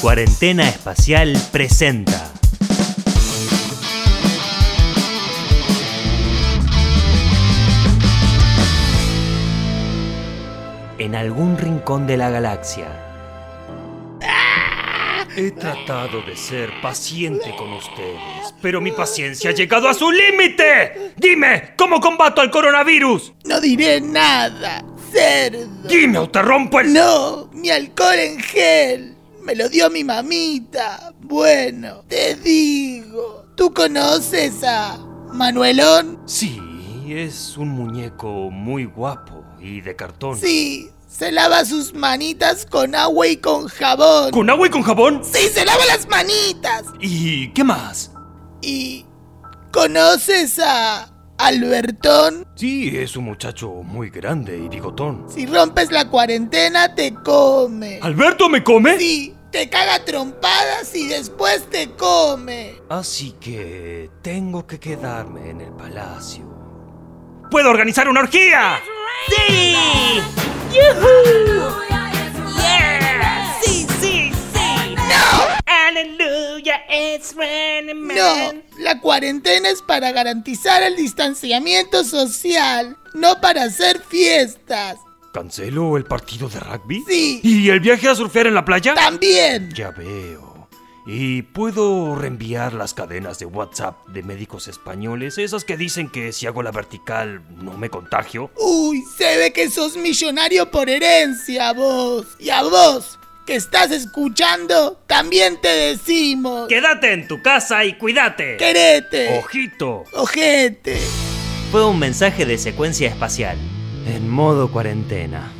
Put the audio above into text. Cuarentena Espacial presenta. En algún rincón de la galaxia. He tratado de ser paciente con ustedes, pero mi paciencia ha llegado a su límite. Dime, ¿cómo combato al coronavirus? No diré nada, cerdo. Dime o te rompo el... No, mi alcohol en gel. Me lo dio mi mamita. Bueno, te digo, ¿tú conoces a Manuelón? Sí, es un muñeco muy guapo y de cartón. Sí, se lava sus manitas con agua y con jabón. ¿Con agua y con jabón? Sí, se lava las manitas. ¿Y qué más? ¿Y conoces a Albertón? Sí, es un muchacho muy grande y bigotón. Si rompes la cuarentena, te come. ¿Alberto me come? Sí, te caga a trompadas y después te come. Así que tengo que quedarme en el palacio. ¡Puedo organizar una orgía! ¡Sí! Sí, sí, sí. Hallelujah, it's raining No, man. la cuarentena es para garantizar el distanciamiento social, no para hacer fiestas. ¿Cancelo el partido de rugby? Sí. ¿Y el viaje a surfear en la playa? También. Ya veo. ¿Y puedo reenviar las cadenas de WhatsApp de médicos españoles? Esas que dicen que si hago la vertical no me contagio. Uy, se ve que sos millonario por herencia, vos. Y a vos, que estás escuchando, también te decimos. Quédate en tu casa y cuídate. Querete. Ojito. Ojete. Fue un mensaje de secuencia espacial. En modo cuarentena.